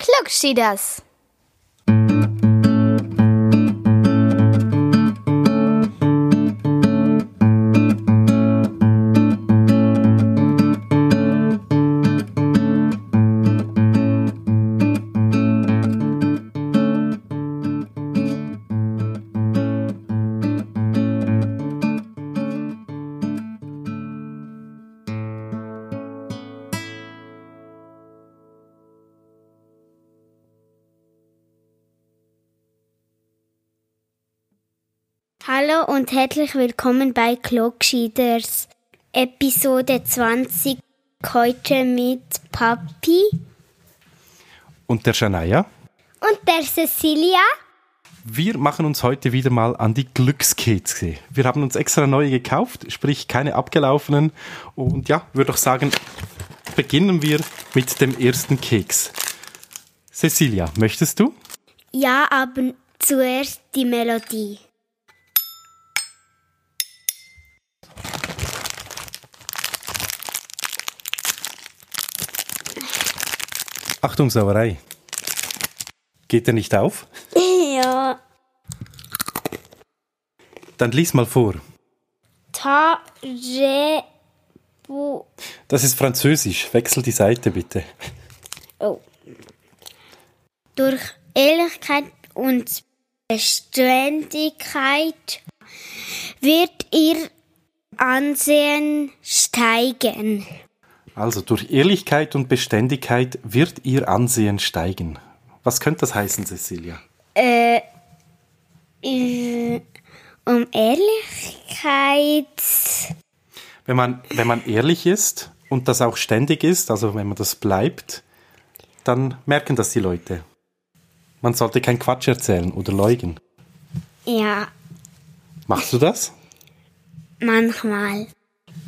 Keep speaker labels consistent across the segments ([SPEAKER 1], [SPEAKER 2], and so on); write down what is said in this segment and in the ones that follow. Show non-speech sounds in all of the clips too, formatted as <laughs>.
[SPEAKER 1] so geschieht das. Hallo und herzlich willkommen bei Klogscheiders Episode 20. Heute mit Papi
[SPEAKER 2] Und der Shania,
[SPEAKER 1] und der Cecilia.
[SPEAKER 2] wir machen uns heute wieder mal an die Glückskekse. Wir haben uns extra neue gekauft, sprich keine abgelaufenen. Und ja, würde auch sagen, beginnen wir mit dem ersten Keks. Cecilia, möchtest du?
[SPEAKER 1] Ja, aber zuerst die Melodie.
[SPEAKER 2] Achtung, Sauerei. Geht er nicht auf?
[SPEAKER 1] Ja.
[SPEAKER 2] Dann lies mal vor.
[SPEAKER 1] Ta, re, bu.
[SPEAKER 2] Das ist Französisch. Wechsel die Seite bitte.
[SPEAKER 1] Oh. Durch Ehrlichkeit und Beständigkeit wird ihr Ansehen steigen.
[SPEAKER 2] Also, durch Ehrlichkeit und Beständigkeit wird ihr Ansehen steigen. Was könnte das heißen, Cecilia?
[SPEAKER 1] Äh, um Ehrlichkeit.
[SPEAKER 2] Wenn man, wenn man ehrlich ist und das auch ständig ist, also wenn man das bleibt, dann merken das die Leute. Man sollte keinen Quatsch erzählen oder leugnen.
[SPEAKER 1] Ja,
[SPEAKER 2] Machst du das?
[SPEAKER 1] manchmal.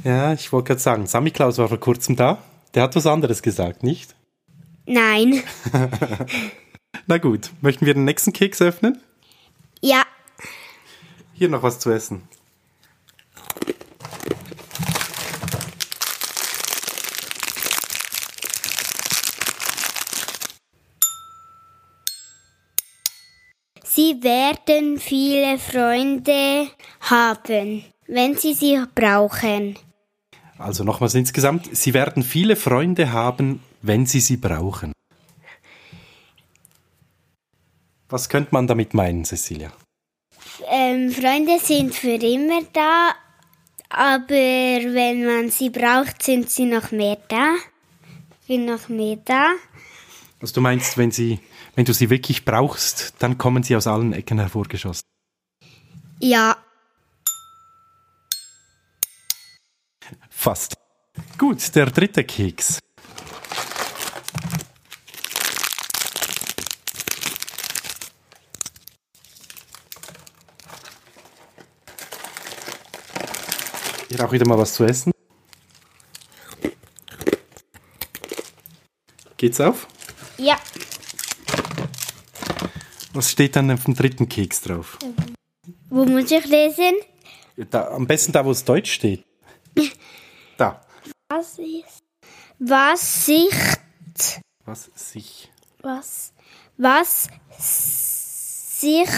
[SPEAKER 2] Ja, ich wollte gerade sagen, Sammy Klaus war vor kurzem da. Der hat was anderes gesagt, nicht?
[SPEAKER 1] Nein.
[SPEAKER 2] Na gut, möchten wir den nächsten Keks öffnen?
[SPEAKER 1] Ja,
[SPEAKER 2] Hier noch was zu essen.
[SPEAKER 1] sie werden viele Freunde haben, wenn sie sie brauchen.
[SPEAKER 2] Also nochmals insgesamt, Sie werden viele Freunde haben, wenn Sie sie brauchen. Was könnte man damit meinen, Cecilia?
[SPEAKER 1] Ähm, Freunde sind für immer da, aber wenn man sie braucht, sind sie noch mehr da. Bin noch mehr da.
[SPEAKER 2] Also du meinst, wenn, sie, wenn du sie wirklich brauchst, dann kommen sie aus allen Ecken hervorgeschossen.
[SPEAKER 1] Ja,
[SPEAKER 2] Fast. Gut, der dritte Keks. Hier auch wieder mal was zu essen. Geht's auf?
[SPEAKER 1] ja.
[SPEAKER 2] Was steht dann auf dem dritten Keks drauf?
[SPEAKER 1] Wo muss ich lesen?
[SPEAKER 2] Da, am besten da, wo es Deutsch steht. <laughs> Da.
[SPEAKER 1] Was ist? Was Sicht?
[SPEAKER 2] Was sich
[SPEAKER 1] Was? Was sich?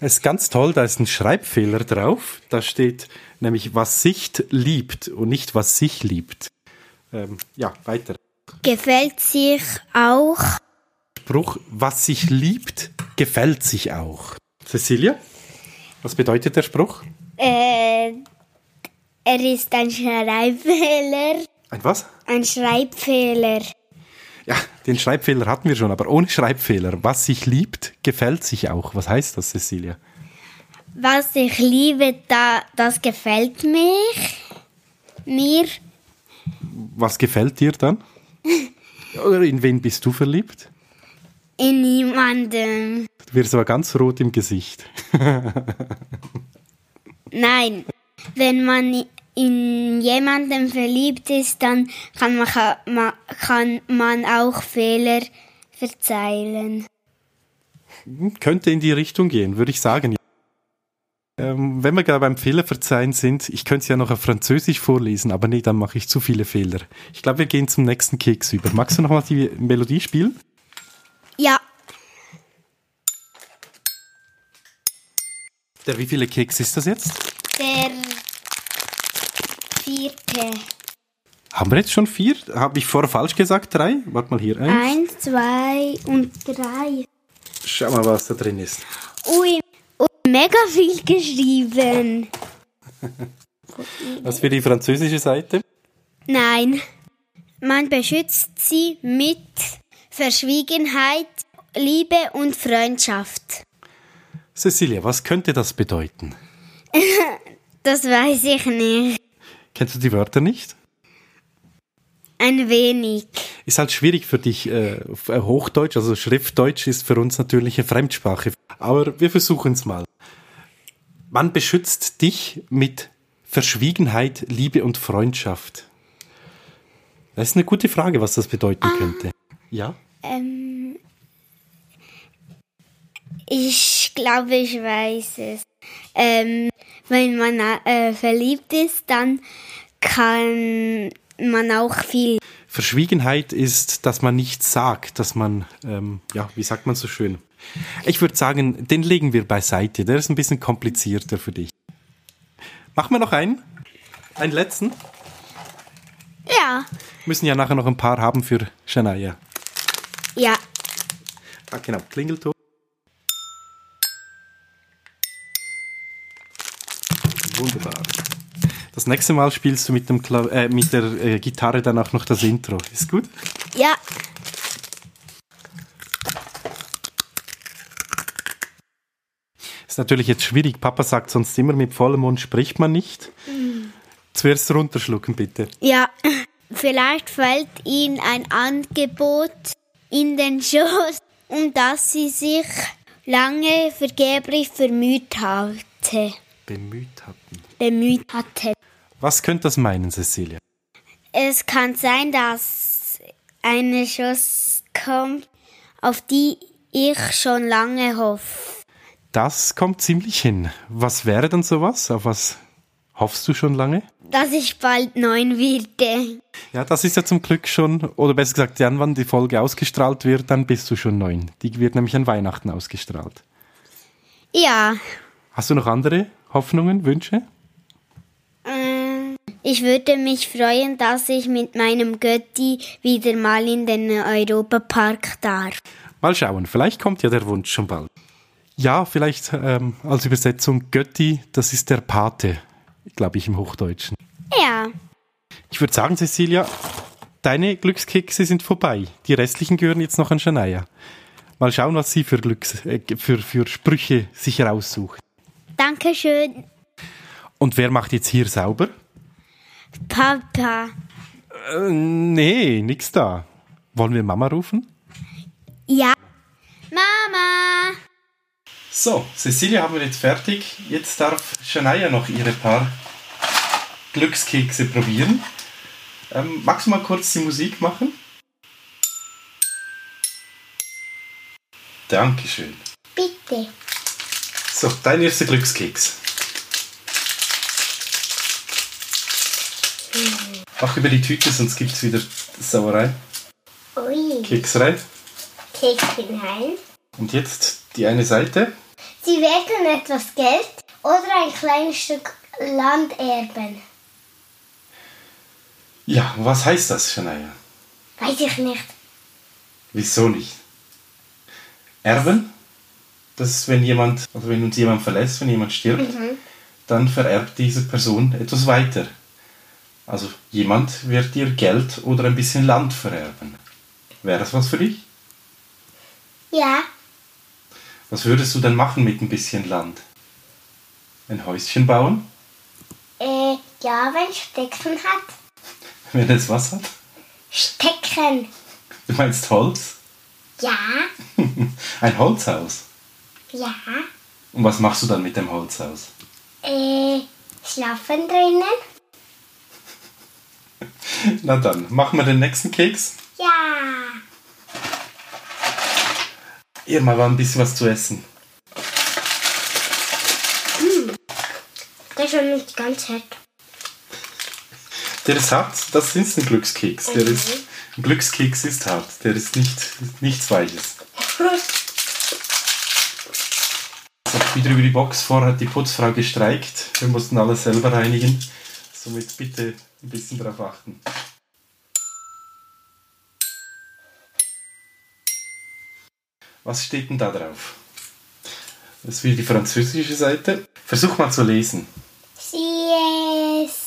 [SPEAKER 2] Es ist ganz toll, da ist ein Schreibfehler drauf. Da steht nämlich, was Sicht liebt und nicht, was sich liebt. Ähm, ja, weiter.
[SPEAKER 1] Gefällt sich auch?
[SPEAKER 2] Spruch, was sich liebt, gefällt sich auch. Cecilia, was bedeutet der Spruch?
[SPEAKER 1] Äh, er ist ein Schreibfehler.
[SPEAKER 2] Ein was?
[SPEAKER 1] Ein Schreibfehler.
[SPEAKER 2] Ja, den Schreibfehler hatten wir schon, aber ohne Schreibfehler. Was sich liebt, gefällt sich auch. Was heißt das, Cecilia?
[SPEAKER 1] Was ich liebe, da, das gefällt mich. Mir.
[SPEAKER 2] Was gefällt dir dann? <laughs> Oder in wen bist du verliebt?
[SPEAKER 1] In niemandem.
[SPEAKER 2] Du wirst aber ganz rot im Gesicht. <laughs>
[SPEAKER 1] Nein. Wenn man in jemandem verliebt ist, dann kann man, ka- ma- kann man auch Fehler verzeihen.
[SPEAKER 2] Könnte in die Richtung gehen, würde ich sagen. Ähm, wenn wir gerade beim Fehlerverzeihen sind, ich könnte es ja noch auf Französisch vorlesen, aber nee, dann mache ich zu viele Fehler. Ich glaube, wir gehen zum nächsten Keks über. Magst du nochmal die Melodie spielen?
[SPEAKER 1] Ja,
[SPEAKER 2] Der wie viele Keks ist das jetzt?
[SPEAKER 1] der vierte.
[SPEAKER 2] Haben wir jetzt schon vier? Habe ich vorher falsch gesagt? Drei? Warte mal hier. Eins.
[SPEAKER 1] Eins, zwei und drei.
[SPEAKER 2] Schau mal, was da drin ist.
[SPEAKER 1] Ui, ui mega viel geschrieben.
[SPEAKER 2] Was für die französische Seite?
[SPEAKER 1] Nein, man beschützt sie mit Verschwiegenheit, Liebe und Freundschaft.
[SPEAKER 2] Cecilia, was könnte das bedeuten?
[SPEAKER 1] Das weiß ich nicht.
[SPEAKER 2] Kennst du die Wörter nicht?
[SPEAKER 1] Ein wenig.
[SPEAKER 2] Ist halt schwierig für dich. Äh, auf- äh, Hochdeutsch, also Schriftdeutsch, ist für uns natürlich eine Fremdsprache. Aber wir versuchen es mal. Man beschützt dich mit Verschwiegenheit, Liebe und Freundschaft. Das ist eine gute Frage, was das bedeuten könnte. Ja?
[SPEAKER 1] Ähm, ich glaube, ich weiß es. Ähm, wenn man äh, verliebt ist, dann kann man auch viel.
[SPEAKER 2] Verschwiegenheit ist, dass man nichts sagt, dass man, ähm, ja, wie sagt man so schön? Ich würde sagen, den legen wir beiseite. Der ist ein bisschen komplizierter für dich. Machen wir noch einen? Einen letzten?
[SPEAKER 1] Ja,
[SPEAKER 2] Müssen ja nachher noch ein paar haben für Shania.
[SPEAKER 1] ja.
[SPEAKER 2] Ah, genau. Klingelton. Wunderbar. Das nächste Mal spielst du mit, dem Kla äh, mit der äh, Gitarre dann auch noch das Intro. Ist gut?
[SPEAKER 1] Ja.
[SPEAKER 2] Ist natürlich jetzt schwierig. Papa sagt sonst immer, mit vollem Mund spricht man nicht. Zuerst runterschlucken, bitte.
[SPEAKER 1] Ja, vielleicht fällt Ihnen ein Angebot in den Schoß, um das Sie sich lange vergeblich bemüht hatte.
[SPEAKER 2] Bemüht hatten.
[SPEAKER 1] Bemüht hatte.
[SPEAKER 2] Was könnte das meinen, Cecilia?
[SPEAKER 1] Es kann sein, dass eine Schuss kommt, auf die ich schon lange hoffe.
[SPEAKER 2] Das kommt ziemlich hin. Was wäre denn sowas? Auf was hoffst du schon lange?
[SPEAKER 1] Dass ich bald neun werde.
[SPEAKER 2] Ja, das ist ja zum Glück schon, oder besser gesagt, dann, wann die Folge ausgestrahlt wird, dann bist du schon neun. Die wird nämlich an Weihnachten ausgestrahlt.
[SPEAKER 1] Ja,
[SPEAKER 2] Hast du noch andere Hoffnungen, Wünsche?
[SPEAKER 1] ähm, ich würde mich freuen, dass ich mit meinem Götti wieder mal in den Europapark darf.
[SPEAKER 2] Mal schauen, vielleicht kommt ja der Wunsch schon bald. Ja, vielleicht ähm, als Übersetzung Götti, das ist der Pate, glaube ich, im Hochdeutschen.
[SPEAKER 1] Ja,
[SPEAKER 2] Ich würde sagen, Cecilia, deine Glückskekse sind vorbei. Die restlichen gehören jetzt noch an Shania. Mal schauen, was sie für, Glücks äh, für, für Sprüche sich raussucht.
[SPEAKER 1] danke schön,
[SPEAKER 2] Und wer macht jetzt hier sauber?
[SPEAKER 1] Papa.
[SPEAKER 2] Äh, nee, nix da. Wollen wir Mama rufen?
[SPEAKER 1] Ja. Mama!
[SPEAKER 2] So, Cecilia haben wir jetzt fertig. Jetzt darf Shania noch ihre paar Glückskekse probieren. Ähm, magst du mal kurz die Musik machen? Dankeschön.
[SPEAKER 1] Bitte.
[SPEAKER 2] So, dein erster Glückskeks. Mach über die Tüte, sonst gibt es wieder Sauerei.
[SPEAKER 3] Ui,
[SPEAKER 2] Keks rein.
[SPEAKER 3] Keks hinein.
[SPEAKER 2] Und jetzt die eine Seite.
[SPEAKER 3] Sie werden etwas Geld oder ein kleines Stück Land erben.
[SPEAKER 2] Ja, was heißt das, Shania?
[SPEAKER 3] Weiß ich nicht.
[SPEAKER 2] Wieso nicht? Erben, das ist, wenn jemand, also wenn uns jemand verlässt, wenn jemand stirbt, dann vererbt diese Person etwas weiter. Also jemand wird dir Geld oder ein bisschen Land vererben. Wäre das was für dich?
[SPEAKER 3] Ja,
[SPEAKER 2] Was würdest du denn machen mit ein bisschen Land? Ein Häuschen bauen, <laughs>
[SPEAKER 3] äh, ja, wenn Stecken hat.
[SPEAKER 2] wenn es was hat?
[SPEAKER 3] Stecken.
[SPEAKER 2] Du meinst Holz? <laughs>
[SPEAKER 3] Ja,
[SPEAKER 2] ein Holzhaus.
[SPEAKER 3] ja.
[SPEAKER 2] Und was machst du dann mit dem Holzhaus? <laughs>
[SPEAKER 3] Äh, schlafen drinnen.
[SPEAKER 2] Na dann, machen wir den nächsten Keks.
[SPEAKER 3] Ja.
[SPEAKER 2] Irma war ein bisschen was zu essen.
[SPEAKER 3] Der ist noch nicht ganz hart.
[SPEAKER 2] Der ist hart, das ist ein Glückskeks. Der ist, ein Glückskeks ist hart, der ist nicht, nichts Weiches. So, wieder über die Box. Vorher hat die Putzfrau gestreikt. Wir mussten alles selber reinigen. Somit bitte ein bisschen drauf achten. Was steht denn da drauf? Das ist wieder die französische Seite. Versuch mal zu lesen.
[SPEAKER 3] Sie sind.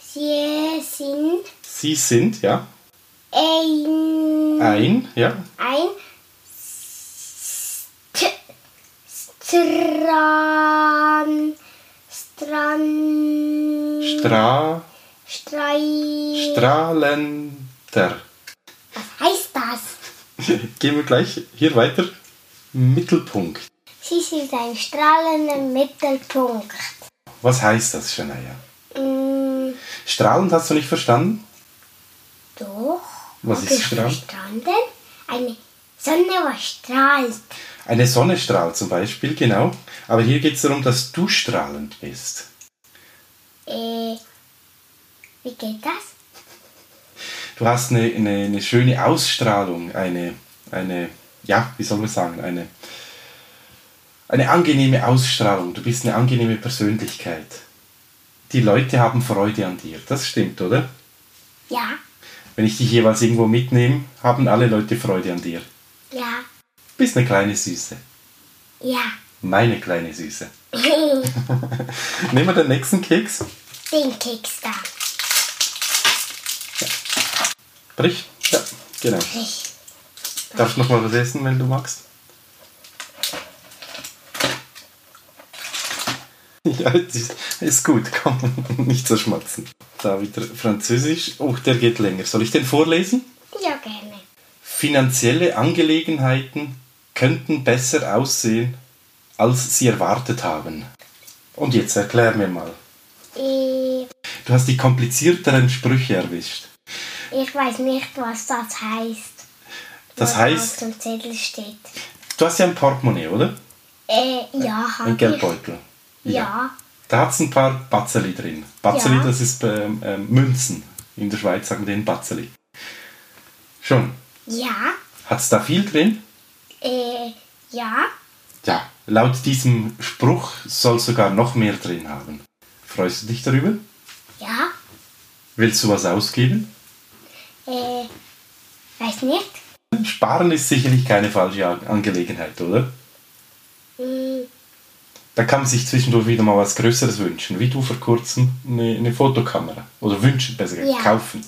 [SPEAKER 3] Sie sind
[SPEAKER 2] Sie sind, ja,
[SPEAKER 3] ein.
[SPEAKER 2] ein, ja,
[SPEAKER 3] ein St- Stran. Stran.
[SPEAKER 2] Stra
[SPEAKER 3] Strei.
[SPEAKER 2] strahlender.
[SPEAKER 3] Was heißt das?
[SPEAKER 2] <laughs> Gehen wir gleich hier weiter. Mittelpunkt.
[SPEAKER 3] Sie sind ein strahlender Mittelpunkt.
[SPEAKER 2] Was heißt das, Shania?
[SPEAKER 3] Mm,
[SPEAKER 2] Strahlend hast du nicht verstanden?
[SPEAKER 3] doch.
[SPEAKER 2] Was
[SPEAKER 3] Hab
[SPEAKER 2] ist
[SPEAKER 3] ich
[SPEAKER 2] Strahl?
[SPEAKER 3] Verstanden? Eine Sonne, was strahlt.
[SPEAKER 2] Eine Sonne strahlt zum Beispiel, genau. Aber hier geht es darum, dass du strahlend bist.
[SPEAKER 3] Äh, wie geht das?
[SPEAKER 2] Du hast eine, eine, eine schöne Ausstrahlung, eine, eine, ja, wie soll man sagen, eine, eine angenehme Ausstrahlung. Du bist eine angenehme Persönlichkeit. Die Leute haben Freude an dir. Das stimmt, oder?
[SPEAKER 3] Ja,
[SPEAKER 2] Wenn ich dich jeweils irgendwo mitnehme, haben alle Leute Freude an dir.
[SPEAKER 3] ja,
[SPEAKER 2] Bist eine kleine Süße.
[SPEAKER 3] ja. <laughs>
[SPEAKER 2] Meine kleine Süße. Nehmen wir den nächsten Keks.
[SPEAKER 3] Den Keks da.
[SPEAKER 2] Brich. Ja, genau.
[SPEAKER 3] Ich-
[SPEAKER 2] Darfst noch mal was essen, wenn du magst? <laughs> Ja, das ist- ist gut, komm, <laughs> nicht so schmatzen. Da wieder Französisch. Oh, der geht länger. Soll ich den vorlesen?
[SPEAKER 3] Ja, gerne.
[SPEAKER 2] Finanzielle Angelegenheiten könnten besser aussehen, als sie erwartet haben. Und jetzt erklär mir mal.
[SPEAKER 3] Äh,
[SPEAKER 2] Du hast die komplizierteren Sprüche erwischt.
[SPEAKER 3] ich weiß nicht, was das heißt.
[SPEAKER 2] Das
[SPEAKER 3] was
[SPEAKER 2] heißt-
[SPEAKER 3] auf dem Zettel steht.
[SPEAKER 2] Du hast ja ein Portemonnaie, oder?
[SPEAKER 3] Äh, ja, hab
[SPEAKER 2] Ein Geldbeutel.
[SPEAKER 3] Ich. Ja.
[SPEAKER 2] Da hat es ein paar Batzeli drin. Batzeli,
[SPEAKER 3] Ja.
[SPEAKER 2] das ist ähm, ähm, Münzen. In der Schweiz sagen denen Batzeli. Schon.
[SPEAKER 3] Ja.
[SPEAKER 2] Hat es da viel drin?
[SPEAKER 3] Äh, ja.
[SPEAKER 2] Ja. Laut diesem Spruch soll sogar noch mehr drin haben. Freust du dich darüber?
[SPEAKER 3] Ja.
[SPEAKER 2] Willst du was ausgeben?
[SPEAKER 3] Äh, weiß nicht.
[SPEAKER 2] Sparen ist sicherlich keine falsche A- Angelegenheit, oder?
[SPEAKER 3] Mm,
[SPEAKER 2] Da kann man sich zwischendurch wieder mal was Größeres wünschen, wie du vor kurzem eine, eine Fotokamera. Oder wünschen, besser gesagt,
[SPEAKER 3] Ja.
[SPEAKER 2] kaufen.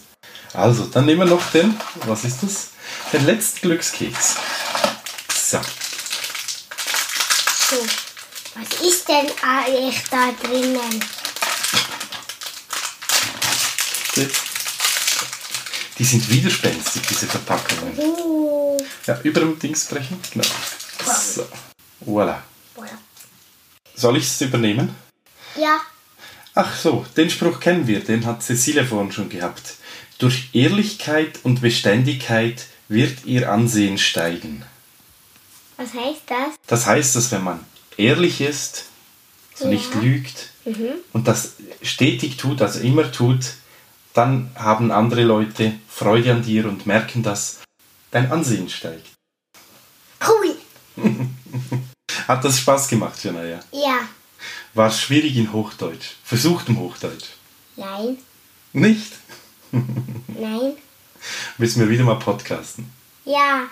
[SPEAKER 2] Also, dann nehmen wir noch den, was ist das? Den letzten Glückskeks. So,
[SPEAKER 3] so. Was ist denn eigentlich da drinnen?
[SPEAKER 2] die- die sind widerspenstig, diese Verpackungen.
[SPEAKER 3] Uh,
[SPEAKER 2] Ja, über dem Dings brechen. Genau. So, voilà.
[SPEAKER 3] voilà.
[SPEAKER 2] Soll ich es übernehmen?
[SPEAKER 3] Ja.
[SPEAKER 2] Ach so, den Spruch kennen wir, den hat Cecilia vorhin schon gehabt. Durch Ehrlichkeit und Beständigkeit wird ihr Ansehen steigen.
[SPEAKER 3] Was heißt das?
[SPEAKER 2] Das heißt, dass wenn man ehrlich ist, so nicht lügt und das stetig tut, also immer tut, dann haben andere Leute Freude an dir und merken, dass dein Ansehen steigt.
[SPEAKER 3] Cool.
[SPEAKER 2] Hat das Spaß gemacht, Janaya?
[SPEAKER 3] Ja.
[SPEAKER 2] War schwierig in Hochdeutsch. Versucht im Hochdeutsch.
[SPEAKER 3] Nein.
[SPEAKER 2] Nicht?
[SPEAKER 3] Nein.
[SPEAKER 2] Müssen wir wieder mal podcasten.
[SPEAKER 3] Ja.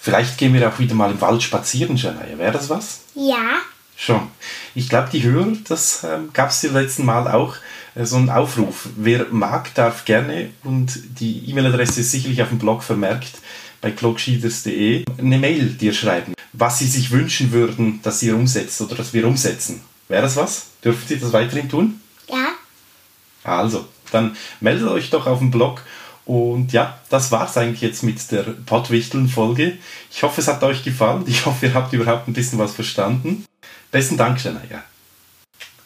[SPEAKER 2] Vielleicht gehen wir auch wieder mal im Wald spazieren, Janaya. Wäre das was?
[SPEAKER 3] Ja.
[SPEAKER 2] Schon. Ich glaube, die Hörer, das ähm, gab es die letzten Mal auch, äh, so einen Aufruf. Wer mag, darf gerne und die E-Mail-Adresse ist sicherlich auf dem Blog vermerkt bei klogschieders.de eine Mail dir schreiben, was sie sich wünschen würden, dass ihr umsetzt oder dass wir umsetzen. Wäre das was? Dürfen Sie das weiterhin tun?
[SPEAKER 3] Ja.
[SPEAKER 2] Also, dann meldet euch doch auf dem Blog. Und ja, das war's eigentlich jetzt mit der Pottwichteln-Folge. Ich hoffe, es hat euch gefallen. Ich hoffe, ihr habt überhaupt ein bisschen was verstanden. Besten Dank, Shania.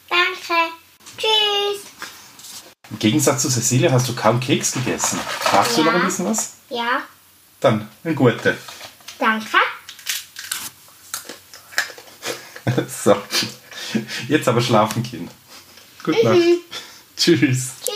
[SPEAKER 3] Danke. Tschüss.
[SPEAKER 2] Im Gegensatz zu Cecilia hast du kaum Keks gegessen. Magst du
[SPEAKER 3] Ja.
[SPEAKER 2] noch ein bisschen was?
[SPEAKER 3] Ja.
[SPEAKER 2] Dann, ein guter.
[SPEAKER 3] Danke.
[SPEAKER 2] <laughs> so. Jetzt aber schlafen, Kind. Gute Nacht. Tschüss.
[SPEAKER 3] Tschüss.